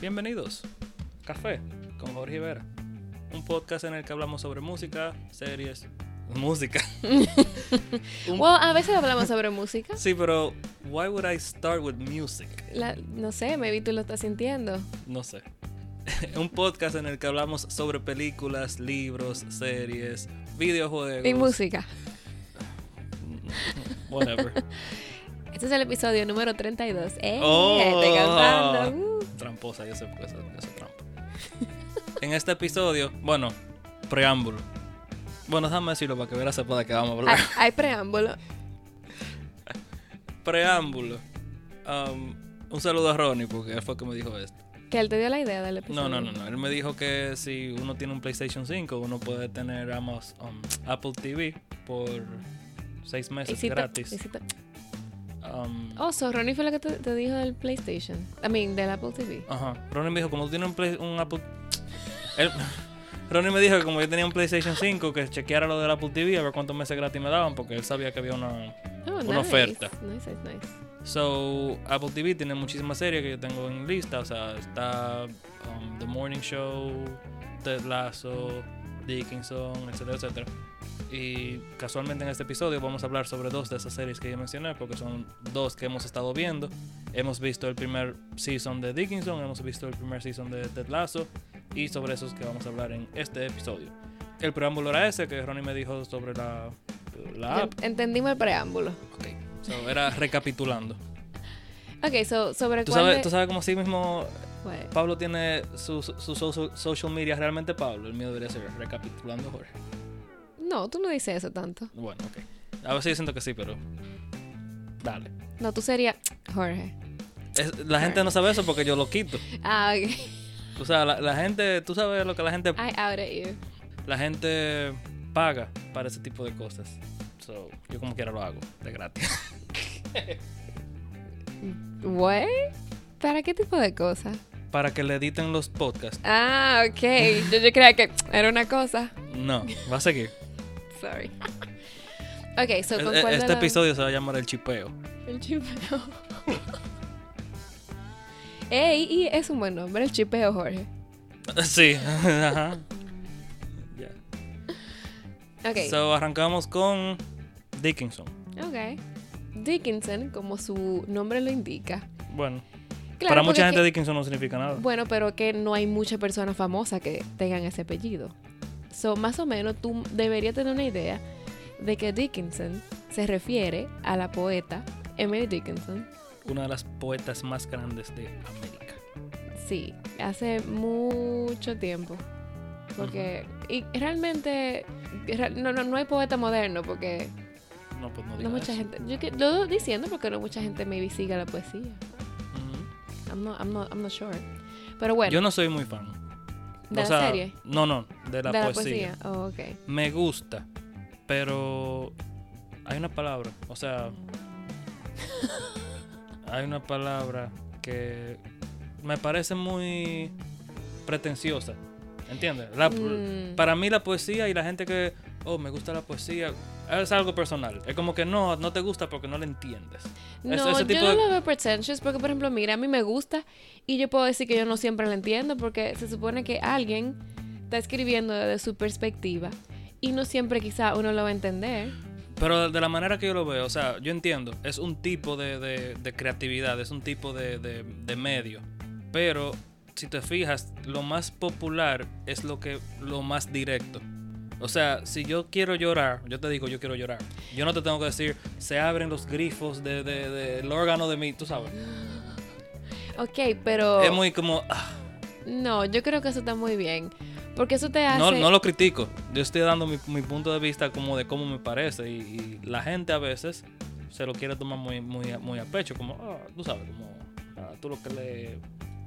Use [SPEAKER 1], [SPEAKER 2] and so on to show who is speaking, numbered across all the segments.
[SPEAKER 1] Bienvenidos. Café con Jorge Vera. Un podcast en el que hablamos sobre música, series, música. Un-
[SPEAKER 2] Well, a veces hablamos sobre música.
[SPEAKER 1] Sí, pero why would I start with music?
[SPEAKER 2] La- no sé, maybe tú lo estás sintiendo.
[SPEAKER 1] No sé. Un podcast en el que hablamos sobre películas, libros, series, videojuegos.
[SPEAKER 2] Y música.
[SPEAKER 1] Whatever.
[SPEAKER 2] Este es el episodio número 32. ¡Eh!
[SPEAKER 1] Oh.
[SPEAKER 2] Estoy cantando. Uh.
[SPEAKER 1] Tramposa, yo sé por qué eso eso es trampa. En este episodio, bueno, preámbulo. Bueno, déjame decirlo para que Vera sepa de qué vamos a hablar.
[SPEAKER 2] Hay, hay preámbulo.
[SPEAKER 1] Preámbulo. Um, un saludo a Ronnie porque él fue el que me dijo esto.
[SPEAKER 2] Que él te dio la idea del
[SPEAKER 1] No,
[SPEAKER 2] episodio.
[SPEAKER 1] no, no, no. Él me dijo que si uno tiene un PlayStation 5, uno puede tener Amaz- um, Apple TV por seis meses
[SPEAKER 2] Hiciste-
[SPEAKER 1] gratis.
[SPEAKER 2] hiciste-
[SPEAKER 1] Um,
[SPEAKER 2] Oh, so Ronnie fue lo que te, te dijo del PlayStation. I mean, del Apple TV.
[SPEAKER 1] Ajá. Ronnie me dijo, como tú tienes un, Play- un Apple... Él- Ronnie me dijo que como yo tenía un PlayStation 5, que chequeara lo del Apple TV a ver cuántos meses gratis me daban, porque él sabía que había una...
[SPEAKER 2] Oh,
[SPEAKER 1] Una
[SPEAKER 2] nice.
[SPEAKER 1] oferta.
[SPEAKER 2] Nice, nice, nice.
[SPEAKER 1] So, Apple TV tiene muchísimas series que yo tengo en lista. O sea, está um, The Morning Show, Ted Lasso, Dickinson, etcétera, etcétera. Y casualmente en este episodio vamos a hablar sobre dos de esas series que yo mencioné, porque son dos que hemos estado viendo. Hemos visto el primer season de Dickinson, hemos visto el primer season de Ted Lasso, y sobre esos que vamos a hablar en este episodio. El preámbulo era ese que Ronnie me dijo sobre la, la app.
[SPEAKER 2] Ent- Entendimos el preámbulo.
[SPEAKER 1] Ok. So, era recapitulando.
[SPEAKER 2] Ok, so, sobre
[SPEAKER 1] ¿Tú
[SPEAKER 2] cuál
[SPEAKER 1] sabes,
[SPEAKER 2] de-
[SPEAKER 1] tú sabes cómo así mismo
[SPEAKER 2] Bueno,
[SPEAKER 1] Pablo tiene su, su- su social- social media realmente Pablo? El mío debería ser recapitulando Jorge.
[SPEAKER 2] No, tú no dices eso tanto.
[SPEAKER 1] Bueno, ok. A veces yo siento que sí, pero. Dale.
[SPEAKER 2] No, tú serías Jorge.
[SPEAKER 1] Es- la gente no sabe eso porque yo lo quito.
[SPEAKER 2] Ah, ok.
[SPEAKER 1] O sea, la, la gente. Tú sabes lo que la gente.
[SPEAKER 2] I outed you.
[SPEAKER 1] La gente paga para ese tipo de cosas. So, yo como quiera lo hago, de gratis.
[SPEAKER 2] ¿What? ¿Para qué tipo de cosas?
[SPEAKER 1] Para que le editen los podcasts.
[SPEAKER 2] Ah, ok. Yo, yo creía que era una cosa.
[SPEAKER 1] No, va a seguir.
[SPEAKER 2] Sorry. Ok, so
[SPEAKER 1] E-
[SPEAKER 2] con
[SPEAKER 1] e-
[SPEAKER 2] cuál de
[SPEAKER 1] este
[SPEAKER 2] las-
[SPEAKER 1] episodio se va a llamar El Chipeo.
[SPEAKER 2] El chipeo. Ey, y es un buen nombre, el chipeo, Jorge.
[SPEAKER 1] Sí. Ajá. Ya.
[SPEAKER 2] Ok.
[SPEAKER 1] So arrancamos con Dickinson.
[SPEAKER 2] ok. Dickinson, como su nombre lo indica.
[SPEAKER 1] Bueno,
[SPEAKER 2] Claro,
[SPEAKER 1] para
[SPEAKER 2] porque
[SPEAKER 1] mucha
[SPEAKER 2] es
[SPEAKER 1] gente
[SPEAKER 2] que-
[SPEAKER 1] Dickinson no significa nada.
[SPEAKER 2] Bueno, pero que no hay mucha persona famosa que tengan ese apellido. So, más o menos, tú deberías tener una idea de que Dickinson se refiere a la poeta Emily Dickinson.
[SPEAKER 1] Una de las poetas más grandes de América.
[SPEAKER 2] Sí, hace mucho tiempo. Porque, y realmente, ra- no, no, no hay poeta moderno porque
[SPEAKER 1] No, pues no
[SPEAKER 2] no
[SPEAKER 1] digas
[SPEAKER 2] mucha
[SPEAKER 1] eso.
[SPEAKER 2] gente, yo que- lo estoy diciendo porque no mucha gente maybe siga la poesía.
[SPEAKER 1] Ujú.
[SPEAKER 2] I'm not, I'm not- I'm not sure. Pero bueno,
[SPEAKER 1] Yo no soy muy fan.
[SPEAKER 2] de
[SPEAKER 1] o
[SPEAKER 2] la
[SPEAKER 1] sea,
[SPEAKER 2] serie,
[SPEAKER 1] No, no, de la,
[SPEAKER 2] de la
[SPEAKER 1] poesía.
[SPEAKER 2] poesía. Oh, ok.
[SPEAKER 1] Me gusta, pero hay una palabra, o sea, hay una palabra que me parece muy pretenciosa. ¿Entiendes? La-
[SPEAKER 2] Mm.
[SPEAKER 1] Para mí la poesía y la gente que, oh, me gusta la poesía, es algo personal. Es como que no, no te gusta porque no la entiendes. Es-
[SPEAKER 2] No,
[SPEAKER 1] ese
[SPEAKER 2] yo
[SPEAKER 1] tipo
[SPEAKER 2] no
[SPEAKER 1] de-
[SPEAKER 2] lo veo pretentious porque, por ejemplo, mira, a mí me gusta y yo puedo decir que yo no siempre lo entiendo porque se supone que alguien está escribiendo desde su perspectiva y no siempre quizá uno lo va a entender.
[SPEAKER 1] Pero de la manera que yo lo veo, o sea, yo entiendo, es un tipo de, de- de creatividad, es un tipo de, de- de medio. Pero si te fijas, lo más popular es lo que lo más directo. O sea, si yo quiero llorar, yo te digo yo quiero llorar. Yo no te tengo que decir, se abren los grifos de- de- del órgano de mí, tú sabes.
[SPEAKER 2] Ok, pero...
[SPEAKER 1] Es muy como, ah,
[SPEAKER 2] No, yo creo que eso está muy bien porque eso te hace...
[SPEAKER 1] no, no lo critico. Yo estoy dando mi, mi punto de vista como de cómo me parece. Y, y la gente a veces se lo quiere tomar muy, muy, a- muy a pecho. Como, ah, tú sabes, como, ah, tú lo que le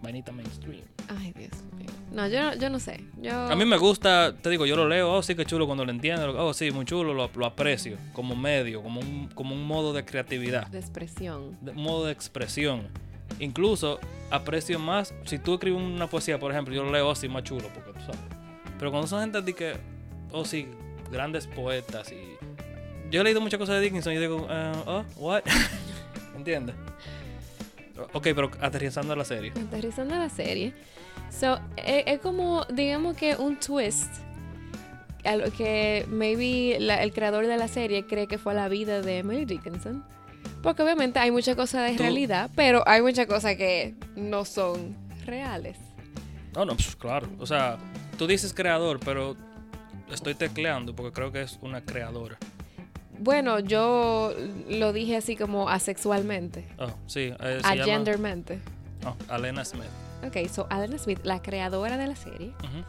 [SPEAKER 1] vainita mainstream.
[SPEAKER 2] Ay, Dios mío. No, yo, no- yo no sé. Yo...
[SPEAKER 1] A mí me gusta, te digo, yo lo leo, oh, sí, que chulo cuando lo entiendo. Oh, sí, muy chulo, lo, lo aprecio. Como medio, como un, como un modo de creatividad,
[SPEAKER 2] De expresión.
[SPEAKER 1] de- modo de expresión. Incluso aprecio más, si tú escribes una poesía, por ejemplo, yo lo leo, oh, sí, más chulo, porque tú sabes. Pero cuando son gente de que, oh sí, grandes poetas y... Yo he leído muchas cosas de Dickinson y digo, eh, oh, what? ¿Entiendes? Ok, pero aterrizando a la serie.
[SPEAKER 2] Aterrizando a la serie. So, es, es como, digamos que un twist a lo que maybe la- el creador de la serie cree que fue la vida de Emily Dickinson. Porque obviamente hay muchas cosas de
[SPEAKER 1] Tú-
[SPEAKER 2] realidad, pero hay muchas cosas que no son reales.
[SPEAKER 1] Oh, no, pues, claro. O sea, tú dices creador, pero estoy tecleando porque creo que es una creadora.
[SPEAKER 2] Bueno, yo lo dije así como asexualmente,
[SPEAKER 1] Oh, sí. eh, se llama-
[SPEAKER 2] agendermente.
[SPEAKER 1] Oh, Alena Smith.
[SPEAKER 2] Ok, so Alana Smith, la creadora de la serie,
[SPEAKER 1] Ujú.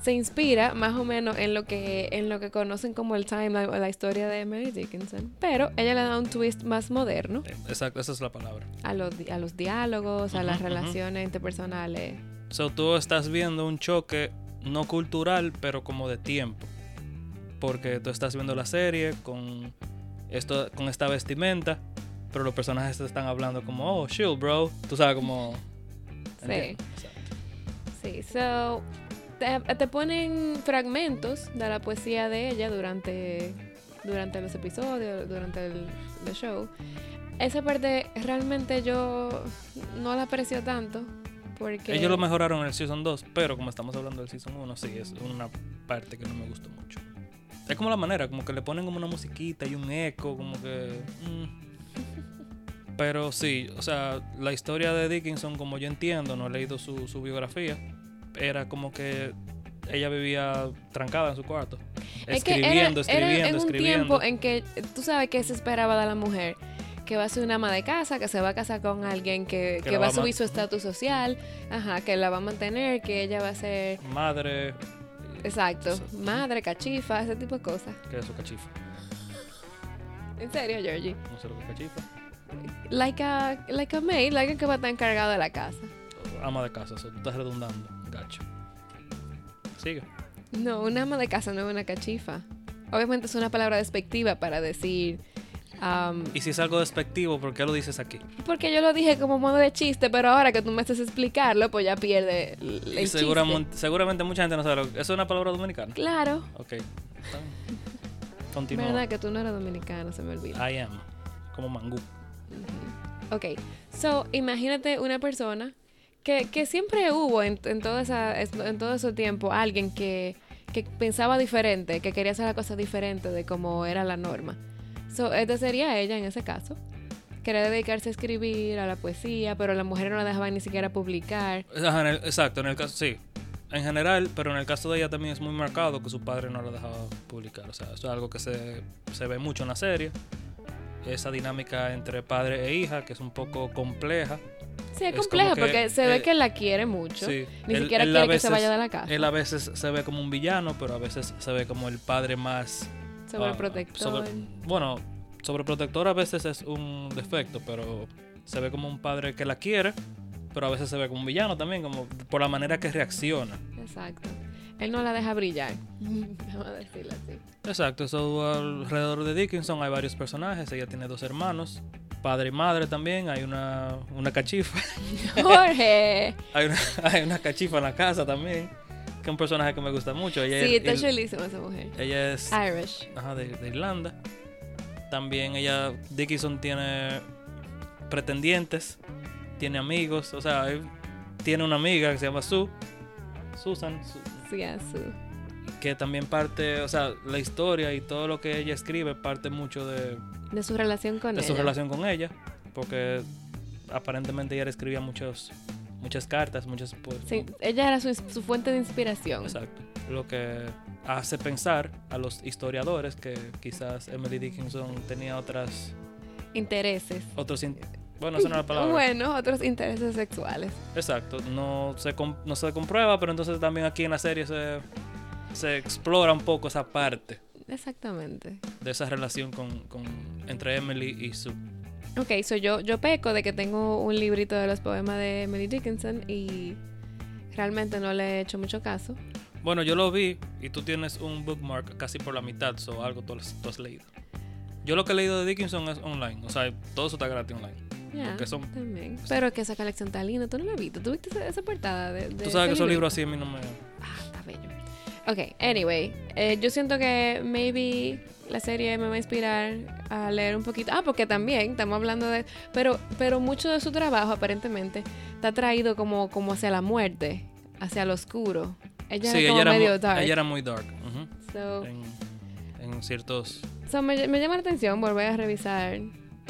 [SPEAKER 2] se inspira más o menos en lo que, en lo que conocen como el timeline o la historia de Mary Dickinson, pero ella le da un twist más moderno
[SPEAKER 1] Eh, Exacto, esa es la palabra.
[SPEAKER 2] a los, di- a los diálogos, a
[SPEAKER 1] Ujú,
[SPEAKER 2] las
[SPEAKER 1] ujú.
[SPEAKER 2] relaciones interpersonales.
[SPEAKER 1] So, tú estás viendo un choque no cultural, pero como de tiempo. Porque tú estás viendo la serie con, esto, con esta vestimenta, pero los personajes te están hablando como, oh, chill, bro. Tú sabes, como...
[SPEAKER 2] Sí.
[SPEAKER 1] ¿entiendes? Exacto.
[SPEAKER 2] Sí, so te, te ponen fragmentos de la poesía de ella durante, durante los episodios, durante el, el show. Esa parte realmente yo no la aprecio tanto porque...
[SPEAKER 1] Ellos lo mejoraron en el Season 2, pero como estamos hablando del Season 1, sí, es una parte que no me gustó mucho. Es como la manera, como que le ponen como una musiquita y un eco, como que... mm. Pero sí, o sea, la historia de Dickinson, como yo entiendo, no he leído su, su biografía, era como que ella vivía trancada en su cuarto.
[SPEAKER 2] Es que era-
[SPEAKER 1] Escribiendo, escribiendo,
[SPEAKER 2] era en un
[SPEAKER 1] escribiendo.
[SPEAKER 2] tiempo en que tú sabes que se esperaba de la mujer. Que va a ser una ama de casa, que se va a casar con alguien que,
[SPEAKER 1] Que
[SPEAKER 2] que
[SPEAKER 1] la
[SPEAKER 2] va a
[SPEAKER 1] va a ma-
[SPEAKER 2] subir su estatus social, ajá, que la va a mantener, que ella va a ser,
[SPEAKER 1] Madre...
[SPEAKER 2] exacto,
[SPEAKER 1] Exacto.
[SPEAKER 2] madre, cachifa, ese tipo de cosas.
[SPEAKER 1] ¿Qué es eso, cachifa?
[SPEAKER 2] En serio, Georgie.
[SPEAKER 1] No sé lo que es cachifa.
[SPEAKER 2] Like a, like a maid, like a que va a estar encargado de la casa.
[SPEAKER 1] Ama de casa, eso, tú estás redundando. Gacho. Sigue.
[SPEAKER 2] No, una ama de casa no es una cachifa. Obviamente es una palabra despectiva para decir... um,
[SPEAKER 1] Y si es algo despectivo, ¿por qué lo dices aquí?
[SPEAKER 2] porque yo lo dije como modo de chiste, pero ahora que tú me haces explicarlo, pues ya pierde el el
[SPEAKER 1] Y
[SPEAKER 2] chiste.
[SPEAKER 1] seguramente, seguramente mucha gente no sabe lo que... ¿Eso es una palabra dominicana?
[SPEAKER 2] Claro.
[SPEAKER 1] Ok. está bien. Continúa.
[SPEAKER 2] Verdad que tú no eres dominicano, se me olvida.
[SPEAKER 1] I am. Como mangú.
[SPEAKER 2] Ok, so imagínate una persona que, que siempre hubo en, en todo esa, en todo ese tiempo alguien que, que pensaba diferente, que quería hacer la cosa diferente de como era la norma. So, esta sería ella en ese caso. Quería dedicarse a escribir, a la poesía, pero las mujeres no la dejaban ni siquiera publicar.
[SPEAKER 1] Ajá, en el- exacto, en el caso, sí. En general, pero en el caso de ella también es muy marcado que su padre no la dejaba publicar. O sea, eso es algo que se, se ve mucho en la serie. Esa dinámica entre padre e hija, que es un poco compleja.
[SPEAKER 2] Sí, es
[SPEAKER 1] Es como
[SPEAKER 2] compleja
[SPEAKER 1] que,
[SPEAKER 2] porque se ve
[SPEAKER 1] eh,
[SPEAKER 2] que la quiere mucho.
[SPEAKER 1] Sí.
[SPEAKER 2] Ni
[SPEAKER 1] Él-
[SPEAKER 2] siquiera
[SPEAKER 1] él
[SPEAKER 2] quiere
[SPEAKER 1] a
[SPEAKER 2] que se
[SPEAKER 1] veces-
[SPEAKER 2] vaya de la casa.
[SPEAKER 1] Él a veces se ve como un villano, pero a veces se ve como el padre más
[SPEAKER 2] sobre
[SPEAKER 1] Ah, sobre- bueno, sobreprotector a veces es un defecto, pero se ve como un padre que la quiere, pero a veces se ve como un villano también, como por la manera que reacciona.
[SPEAKER 2] Exacto. Él no la deja brillar. Vamos a decirlo así.
[SPEAKER 1] Exacto, eso alrededor de Dickinson hay varios personajes, ella tiene dos hermanos, padre y madre también, hay una, una cachifa,
[SPEAKER 2] Jorge.
[SPEAKER 1] hay una, hay una cachifa en la casa también, que es un personaje que me gusta mucho. Ella,
[SPEAKER 2] Sí,
[SPEAKER 1] es-
[SPEAKER 2] está
[SPEAKER 1] el-
[SPEAKER 2] chulísima esa mujer.
[SPEAKER 1] ella es
[SPEAKER 2] Irish.
[SPEAKER 1] ajá, de, de Irlanda. También ella, Dickinson tiene pretendientes, tiene amigos, o sea, él tiene una amiga que se llama Sue, Susan, Su-
[SPEAKER 2] Sí, a su-
[SPEAKER 1] que también parte, o sea, la historia y todo lo que ella escribe parte mucho de,
[SPEAKER 2] De su relación con
[SPEAKER 1] de
[SPEAKER 2] él.
[SPEAKER 1] su relación con ella, porque aparentemente ella le escribía muchos, muchas cartas, muchas... pues,
[SPEAKER 2] Sí, ella era su, su fuente de inspiración.
[SPEAKER 1] Exacto. Lo que hace pensar a los historiadores que quizás Emily Dickinson tenía otras
[SPEAKER 2] Intereses.
[SPEAKER 1] otros in- bueno esa no es la palabra
[SPEAKER 2] Bueno, otros intereses sexuales.
[SPEAKER 1] exacto no se com- no se comprueba pero entonces también aquí en la serie se se explora un poco esa parte
[SPEAKER 2] Exactamente.
[SPEAKER 1] de esa relación con, con- entre Emily y Sue
[SPEAKER 2] Ok, so yo, yo peco de que tengo un librito de los poemas de Emily Dickinson y realmente no le he hecho mucho caso.
[SPEAKER 1] bueno yo lo vi y tú tienes un bookmark casi por la mitad o algo tú, has- tú has leído yo lo que he leído de Dickinson es online o sea todo eso está gratis online
[SPEAKER 2] Ya,
[SPEAKER 1] Que son- Pues,
[SPEAKER 2] también. Pero que esa colección está linda. Tú no la viste. ¿Tú viste esa, esa portada de, de
[SPEAKER 1] tú sabes que
[SPEAKER 2] ese
[SPEAKER 1] esos
[SPEAKER 2] libro?
[SPEAKER 1] libros así a mí no me
[SPEAKER 2] Ah, está bello. Ok, anyway, eh, yo siento que maybe la serie me va a inspirar a leer un poquito. Ah, porque también estamos hablando de... Pero, pero mucho de su trabajo aparentemente está traído como, como hacia la muerte, hacia lo oscuro. Ella
[SPEAKER 1] sí,
[SPEAKER 2] era como
[SPEAKER 1] ella era,
[SPEAKER 2] medio
[SPEAKER 1] mu-
[SPEAKER 2] dark. Oh.
[SPEAKER 1] ella era muy dark. ujú,
[SPEAKER 2] So,
[SPEAKER 1] en, en ciertos.
[SPEAKER 2] so me, me llama la atención volver a revisar.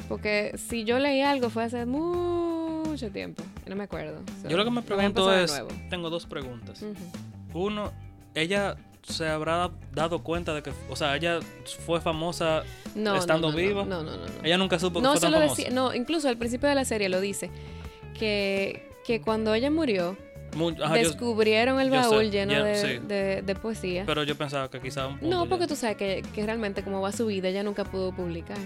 [SPEAKER 2] Porque si yo leí algo fue hace mucho tiempo. y No me acuerdo. So,
[SPEAKER 1] Yo lo que me
[SPEAKER 2] lo voy a
[SPEAKER 1] pregunto
[SPEAKER 2] empezar de
[SPEAKER 1] es.
[SPEAKER 2] nuevo.
[SPEAKER 1] Tengo dos preguntas.
[SPEAKER 2] Ujú.
[SPEAKER 1] Uno, ella se habrá dado cuenta de que. O sea, ella fue famosa.
[SPEAKER 2] No, no,
[SPEAKER 1] Estando
[SPEAKER 2] no, no,
[SPEAKER 1] viva.
[SPEAKER 2] No, no, no. no.
[SPEAKER 1] Ella nunca supo que
[SPEAKER 2] No,
[SPEAKER 1] fue
[SPEAKER 2] eso
[SPEAKER 1] tan
[SPEAKER 2] lo
[SPEAKER 1] famosa.
[SPEAKER 2] decía, no, incluso al principio de la serie lo dice, que, que cuando ella murió,
[SPEAKER 1] Mu- ajá, yo-
[SPEAKER 2] descubrieron el
[SPEAKER 1] yo sé,
[SPEAKER 2] baúl lleno
[SPEAKER 1] ya,
[SPEAKER 2] de,
[SPEAKER 1] sí.
[SPEAKER 2] de- de poesía.
[SPEAKER 1] pero yo pensaba que quizá un punto
[SPEAKER 2] no,
[SPEAKER 1] ya-
[SPEAKER 2] porque tú sabes que, que realmente como va su vida, ella nunca pudo publicar.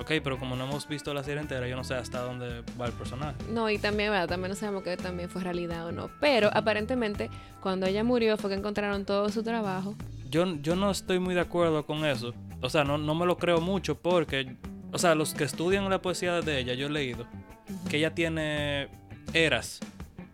[SPEAKER 1] Ok, pero como no hemos visto la serie entera, yo no sé hasta dónde va el personaje.
[SPEAKER 2] No, y también, ¿verdad? También no sabemos que también fue realidad o no. Pero aparentemente, cuando ella murió fue que encontraron todo su trabajo.
[SPEAKER 1] Yo, yo no estoy muy de acuerdo con eso. O sea, no, no me lo creo mucho porque, o sea, los que estudian la poesía de ella, yo he leído que ella tiene eras.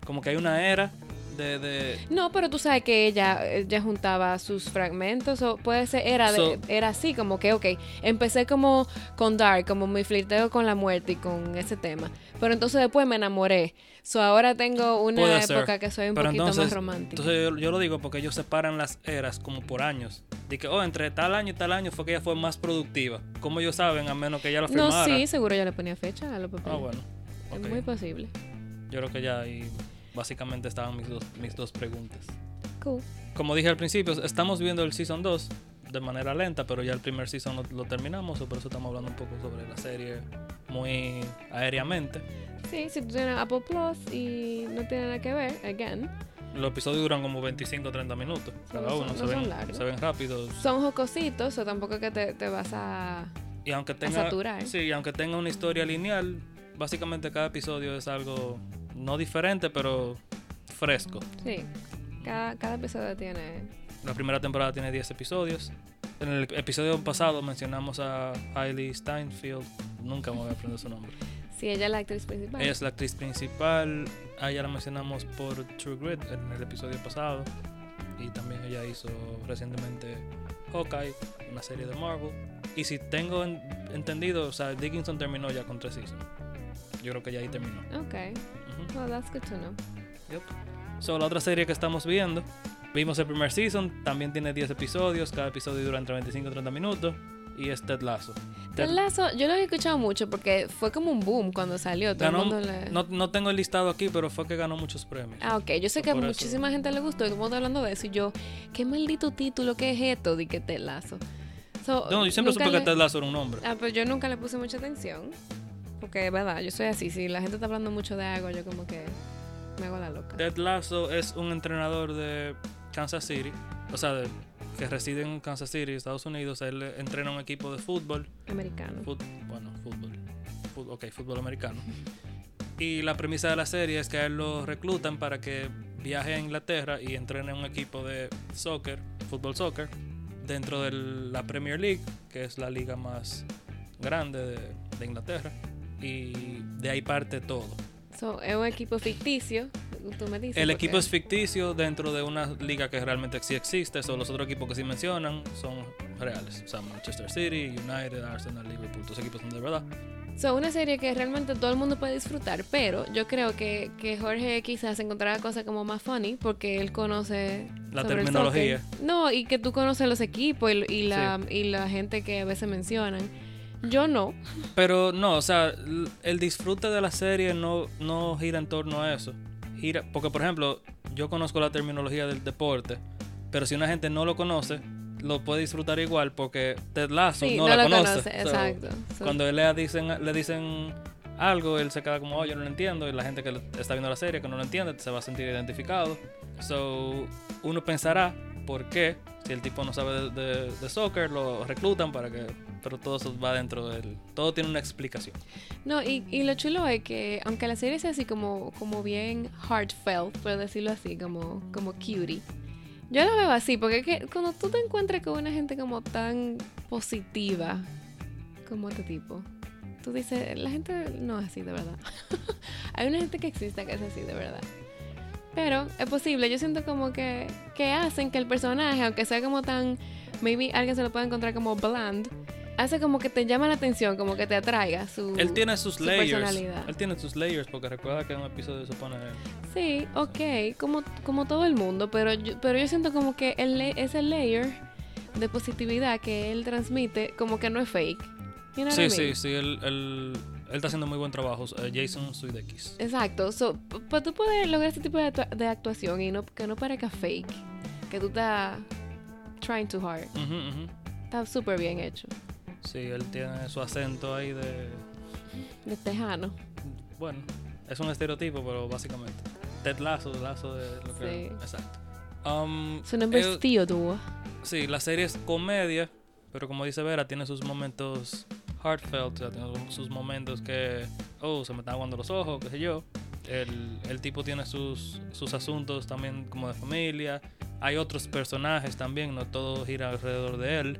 [SPEAKER 1] Como que hay una era de... de-
[SPEAKER 2] No, pero tú sabes que ella eh, ya juntaba sus fragmentos o puede ser era de-
[SPEAKER 1] So-
[SPEAKER 2] era así como que ok, empecé como con dark, como mi flirteo con la muerte y con ese tema, pero entonces después me enamoré. So ahora tengo una
[SPEAKER 1] Puede ser,
[SPEAKER 2] época que soy un
[SPEAKER 1] pero
[SPEAKER 2] poquito más
[SPEAKER 1] entonces-
[SPEAKER 2] romántica.
[SPEAKER 1] Entonces yo, yo lo digo porque ellos separan las eras como por años. De que, oh, entre tal año y tal año fue que ella fue más productiva. Como ellos saben, a menos que ella lo
[SPEAKER 2] no,
[SPEAKER 1] firmara.
[SPEAKER 2] sí, seguro yo le ponía fecha a los papeles.
[SPEAKER 1] Ah, bueno. ok.
[SPEAKER 2] Es muy posible.
[SPEAKER 1] Yo creo que ya ahí básicamente estaban mis dos, mis dos preguntas.
[SPEAKER 2] Cool.
[SPEAKER 1] Como dije al principio, estamos viendo el Season 2 de manera lenta, pero ya el primer Season lo, lo terminamos, o por eso estamos hablando un poco sobre la serie muy aéreamente.
[SPEAKER 2] Sí, si tú tienes Apple Plus y no tiene nada que ver, again,
[SPEAKER 1] Los episodios duran como 25 o 30 minutos cada
[SPEAKER 2] No son-
[SPEAKER 1] uno,
[SPEAKER 2] no
[SPEAKER 1] se,
[SPEAKER 2] son
[SPEAKER 1] ven,
[SPEAKER 2] largos.
[SPEAKER 1] se ven rápidos.
[SPEAKER 2] son jocositos o tampoco que te, te vas a...
[SPEAKER 1] Y aunque tenga,
[SPEAKER 2] saturar.
[SPEAKER 1] sí, y aunque tenga una historia lineal, básicamente cada episodio es algo no diferente, pero fresco.
[SPEAKER 2] Sí, cada, cada episodio tiene...
[SPEAKER 1] La primera temporada tiene 10 episodios. En el episodio pasado mencionamos a Hailey Steinfeld. Nunca me voy a aprender su nombre.
[SPEAKER 2] Si ella es la actriz principal.
[SPEAKER 1] Ella es la actriz principal. A ella la mencionamos por True Grit en el episodio pasado. Y también ella hizo recientemente Hawkeye, una serie de Marvel. Y si tengo en- entendido, o sea, Dickinson terminó ya con tres seasons. Yo creo que ya ahí terminó.
[SPEAKER 2] Okay,
[SPEAKER 1] Ujú.
[SPEAKER 2] well that's good to know.
[SPEAKER 1] So, la otra serie que estamos viendo, vimos el primer season, también tiene 10 episodios, cada episodio dura entre 25 y 30 minutos, y es Ted Lasso. Ted-
[SPEAKER 2] Ted Lasso, yo lo había escuchado mucho porque fue como un boom cuando salió. Todo
[SPEAKER 1] ganó-
[SPEAKER 2] el mundo le...
[SPEAKER 1] no, no tengo el listado aquí, pero fue que ganó muchos premios.
[SPEAKER 2] Ah, ok. Yo sé que a
[SPEAKER 1] Por eso.
[SPEAKER 2] muchísima gente le gustó y todo el mundo hablando de eso. Y yo, qué maldito título, qué es esto, di que Ted Lasso. So,
[SPEAKER 1] no, yo siempre
[SPEAKER 2] nunca
[SPEAKER 1] supe que
[SPEAKER 2] le-
[SPEAKER 1] Ted Lasso era un hombre.
[SPEAKER 2] Ah, pero yo nunca le puse mucha atención. Porque es verdad, yo soy así. Si la gente está hablando mucho de algo, yo como que me hago la loca.
[SPEAKER 1] Ted Lasso es un entrenador de Kansas City, o sea, de- que reside en Kansas City, Estados Unidos. Él entrena un equipo de fútbol
[SPEAKER 2] Americano.
[SPEAKER 1] Fut- bueno, fútbol. Fut- ok, fútbol americano. Y la premisa de la serie es que a él lo reclutan para que viaje a Inglaterra y entrene un equipo de soccer, fútbol soccer, dentro de la Premier League, que es la liga más grande de, de Inglaterra. Y de ahí parte todo.
[SPEAKER 2] So, es un equipo ficticio, tú me dices.
[SPEAKER 1] El
[SPEAKER 2] porque-
[SPEAKER 1] equipo es ficticio dentro de una liga que realmente sí existe, o los otros equipos que sí mencionan son reales. O sea, Manchester City, United, Arsenal, Liverpool, todos esos equipos son de verdad.
[SPEAKER 2] So, una serie que realmente todo el mundo puede disfrutar, pero yo creo que, que Jorge quizás encontrará cosas como más funny porque él conoce
[SPEAKER 1] La
[SPEAKER 2] sobre el
[SPEAKER 1] terminología.
[SPEAKER 2] soccer. No, y que tú conoces los equipos y, y la, y la gente que a veces mencionan. Yo no.
[SPEAKER 1] Pero no, o sea, l- el disfrute de la serie no, no gira en torno a eso. Gira, porque, por ejemplo, yo conozco la terminología del deporte, pero si una gente no lo conoce, lo puede disfrutar igual porque Ted Lasso
[SPEAKER 2] Sí,
[SPEAKER 1] no,
[SPEAKER 2] no,
[SPEAKER 1] la
[SPEAKER 2] lo
[SPEAKER 1] conoce.
[SPEAKER 2] conoce.
[SPEAKER 1] So,
[SPEAKER 2] exacto. So,
[SPEAKER 1] Cuando él le dicen, le dicen algo, él se queda como, oh, yo no lo entiendo, y la gente que lo- está viendo la serie, que no lo entiende, se va a sentir identificado. So, uno pensará, ¿por qué? Si el tipo no sabe de, de- de soccer, lo reclutan para que... Pero todo eso va dentro del... Todo tiene una explicación.
[SPEAKER 2] No, y, y lo chulo es que aunque la serie sea así como, como bien heartfelt, por decirlo así, como, como cutie, yo la veo así, porque es que cuando tú te encuentras con una gente como tan positiva como este tipo, tú dices, la gente no es así de verdad. Hay una gente que exista que es así de verdad. Pero es posible, yo siento como que, que hacen que el personaje, aunque sea como tan, maybe alguien se lo puede encontrar como bland, hace como que te llama la atención, como que te atraiga su...
[SPEAKER 1] Él tiene sus
[SPEAKER 2] Mm. su
[SPEAKER 1] layers.
[SPEAKER 2] personalidad.
[SPEAKER 1] Él tiene sus layers porque recuerda que en un episodio se pone.
[SPEAKER 2] Sí, ok, como, como todo el mundo, pero yo, pero yo siento como que el, la- ese layer de positividad que él transmite, como que no es fake. You know what I
[SPEAKER 1] Sí,
[SPEAKER 2] mean?
[SPEAKER 1] sí, sí. Él, él, él está haciendo muy buen trabajo. eh, Jason Sudeikis.
[SPEAKER 2] Exacto, so, para tú poder lograr ese tipo de, actua- de actuación y no, que no parezca fake, que tú estás trying too hard,
[SPEAKER 1] Ujú, ujú.
[SPEAKER 2] está súper bien hecho,
[SPEAKER 1] Sí, él tiene su acento ahí de.
[SPEAKER 2] de tejano.
[SPEAKER 1] Bueno, es un estereotipo, pero básicamente. Ted Lazo, Lazo de lo que.
[SPEAKER 2] Sí.
[SPEAKER 1] Exacto. Um,
[SPEAKER 2] Su nombre
[SPEAKER 1] él-
[SPEAKER 2] es Tío Dúo.
[SPEAKER 1] Sí, la serie es comedia, pero como dice Vera, tiene sus momentos heartfelt, o sea, tiene sus momentos que, oh, se me están aguando los ojos, qué sé yo. El, el tipo tiene sus, sus asuntos también como de familia. Hay otros personajes también, no todo gira alrededor de él.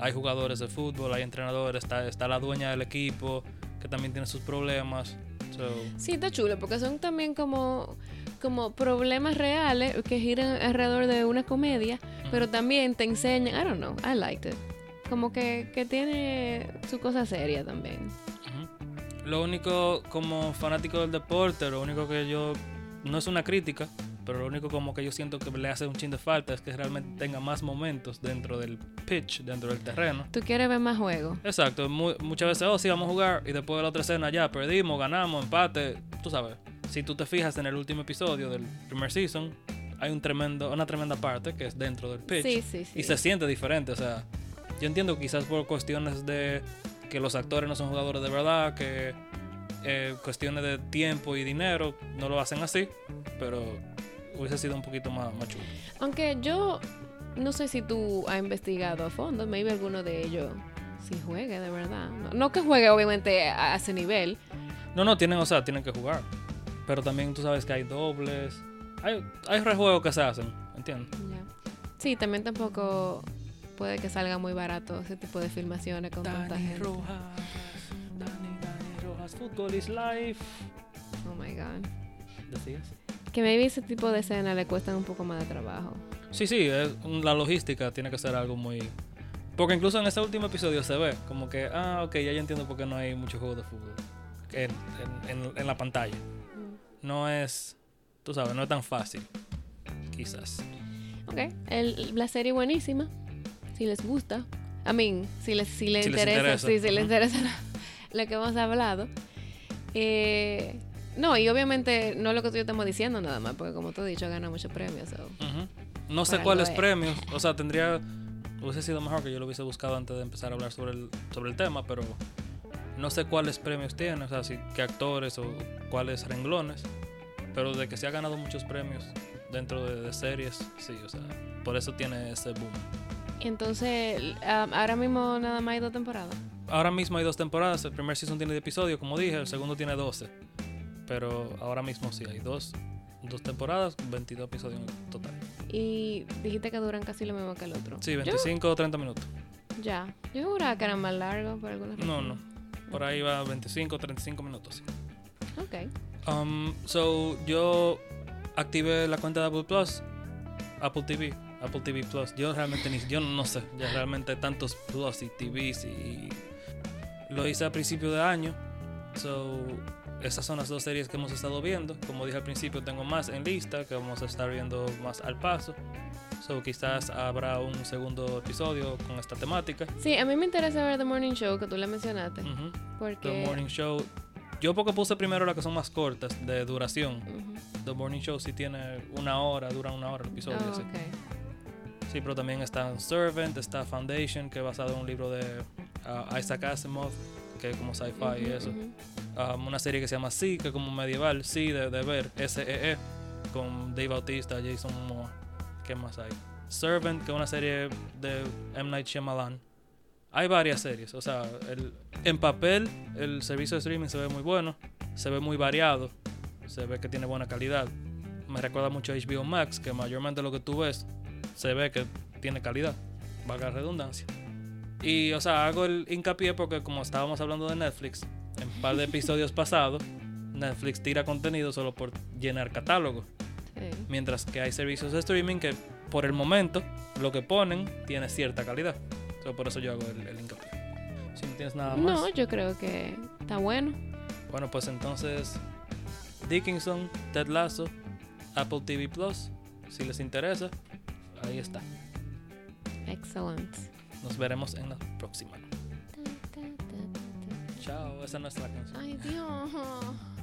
[SPEAKER 1] Hay jugadores de fútbol, hay entrenadores, está, está la dueña del equipo, que también tiene sus problemas. So,
[SPEAKER 2] Sí, está chulo, porque son también como, como problemas reales que giran alrededor de una comedia, pero también te enseñan, I don't know, I liked it. Como que, que tiene su cosa seria también.
[SPEAKER 1] Ujú. Lo único como fanático del deporte, lo único que yo, no es una crítica, pero lo único como que yo siento que le hace un chin de falta es que realmente tenga más momentos dentro del pitch, dentro del terreno.
[SPEAKER 2] ¿Tú quieres ver más juegos?
[SPEAKER 1] Exacto, mu- muchas veces, oh, sí, vamos a jugar y después de la otra escena ya perdimos, ganamos, empate, tú sabes. Si tú te fijas en el último episodio del primer season, hay un tremendo, una tremenda parte que es dentro del pitch
[SPEAKER 2] Sí, sí, sí.
[SPEAKER 1] y se siente diferente. O sea, yo entiendo quizás por cuestiones de que los actores no son jugadores de verdad, que eh, cuestiones de tiempo y dinero no lo hacen así, pero hubiese sido un poquito más, más chulo.
[SPEAKER 2] Aunque yo no sé si tú has investigado a fondo, maybe alguno de ellos sí juegue de verdad. No, no que juegue obviamente a a ese nivel.
[SPEAKER 1] No, no, tienen, o sea, tienen que jugar. Pero también tú sabes que hay dobles. Hay, hay rejuegos que se hacen, ¿entiendes?
[SPEAKER 2] Ya. Sí, también tampoco puede que salga muy barato ese tipo de filmaciones con tanta gente.
[SPEAKER 1] Rojas, Dani, Dani Rojas, Football is Life.
[SPEAKER 2] Oh my god.
[SPEAKER 1] ¿Decías?
[SPEAKER 2] Que maybe ese tipo de escena le cuestan un poco más de trabajo.
[SPEAKER 1] Sí, sí, es- la logística tiene que ser algo muy... Porque incluso en ese último episodio se ve como que, ah, ok, ya yo entiendo por qué no hay muchos juegos de fútbol en, en- en- en la pantalla. No es, tú sabes, no es tan fácil, quizás.
[SPEAKER 2] Ok. El, la serie buenísima. Si les gusta. I mean, si les, si les
[SPEAKER 1] Si les
[SPEAKER 2] interesa.
[SPEAKER 1] interesa.
[SPEAKER 2] sí, si les
[SPEAKER 1] Ujú.
[SPEAKER 2] interesa lo, lo que hemos hablado. Eh, no, y obviamente no lo que tú y yo estamos diciendo nada más, porque como tú has dicho, gana muchos premios. so.
[SPEAKER 1] Ujú. No sé
[SPEAKER 2] Por algo
[SPEAKER 1] cuáles
[SPEAKER 2] es.
[SPEAKER 1] premios, o sea, tendría, hubiese sido mejor que yo lo hubiese buscado antes de empezar a hablar sobre el, sobre el tema, pero no sé cuáles premios tiene, o sea, si, qué actores o cuáles renglones, pero de que se ha ganado muchos premios dentro de, de series, sí, o sea, por eso tiene ese boom.
[SPEAKER 2] Entonces, um, ahora mismo nada más hay dos temporadas.
[SPEAKER 1] Ahora mismo hay dos temporadas, el primer season tiene 10 episodios, como dije, el segundo tiene 12, pero ahora mismo sí, hay dos, dos temporadas, 22 episodios en total.
[SPEAKER 2] Y dijiste que duran casi lo mismo que el otro.
[SPEAKER 1] Sí,
[SPEAKER 2] Yo-
[SPEAKER 1] 25 o 30 minutos.
[SPEAKER 2] ya. Yo juraba que eran más largos por alguna
[SPEAKER 1] No,
[SPEAKER 2] razón.
[SPEAKER 1] no. Por ahí va 25, 35 minutos.
[SPEAKER 2] Ok.
[SPEAKER 1] Um, so, yo activé la cuenta de Apple Plus, Apple TV, Apple TV Plus. Yo realmente ni, yo no sé, ya realmente tantos Plus y TVs y, y lo hice a principio de año. So, esas son las dos series que hemos estado viendo. Como dije al principio, tengo más en lista que vamos a estar viendo más al paso. So, quizás habrá un segundo episodio con esta temática.
[SPEAKER 2] Sí, a mí me interesa ver The Morning Show, que tú la mencionaste.
[SPEAKER 1] Ujú.
[SPEAKER 2] Porque.
[SPEAKER 1] The Mm, Morning Show. Yo porque puse primero las que son más cortas de duración.
[SPEAKER 2] Ujú.
[SPEAKER 1] The Morning Show sí tiene una hora, dura una hora el episodio.
[SPEAKER 2] Ah,
[SPEAKER 1] sí.
[SPEAKER 2] ok.
[SPEAKER 1] Sí, pero también está Servant, está Foundation, que es basado en un libro de ah, Isaac Asimov, que es como sci-fi y
[SPEAKER 2] Ujú,
[SPEAKER 1] eso.
[SPEAKER 2] ujú.
[SPEAKER 1] Um, una serie que se llama Sí, que es como medieval, Sí, de, de ver, S.E.E., con Dave Bautista, Jason Momoa. ¿Qué más hay? Servant, que es una serie de M. Night Shyamalan. Hay varias series, o sea, el- en papel el servicio de streaming se ve muy bueno, se ve muy variado, se ve que tiene buena calidad. Me recuerda mucho a HBO Max, que mayormente lo que tú ves se ve que tiene calidad, valga la redundancia. Y, o sea, hago el hincapié porque como estábamos hablando de Netflix, en un par de episodios pasados, Netflix tira contenido solo por llenar catálogo.
[SPEAKER 2] Eh,
[SPEAKER 1] Mientras que hay servicios de streaming que por el momento lo que ponen tiene cierta calidad. So, por eso yo hago el, el hincapié. Si no tienes nada más.
[SPEAKER 2] No, yo creo que está bueno.
[SPEAKER 1] Bueno, pues entonces Dickinson, Ted Lasso, Apple TV Plus, si les interesa, ahí está.
[SPEAKER 2] Excelente.
[SPEAKER 1] Nos veremos en la próxima. Chao, esa no es la canción.
[SPEAKER 2] Ay, Dios.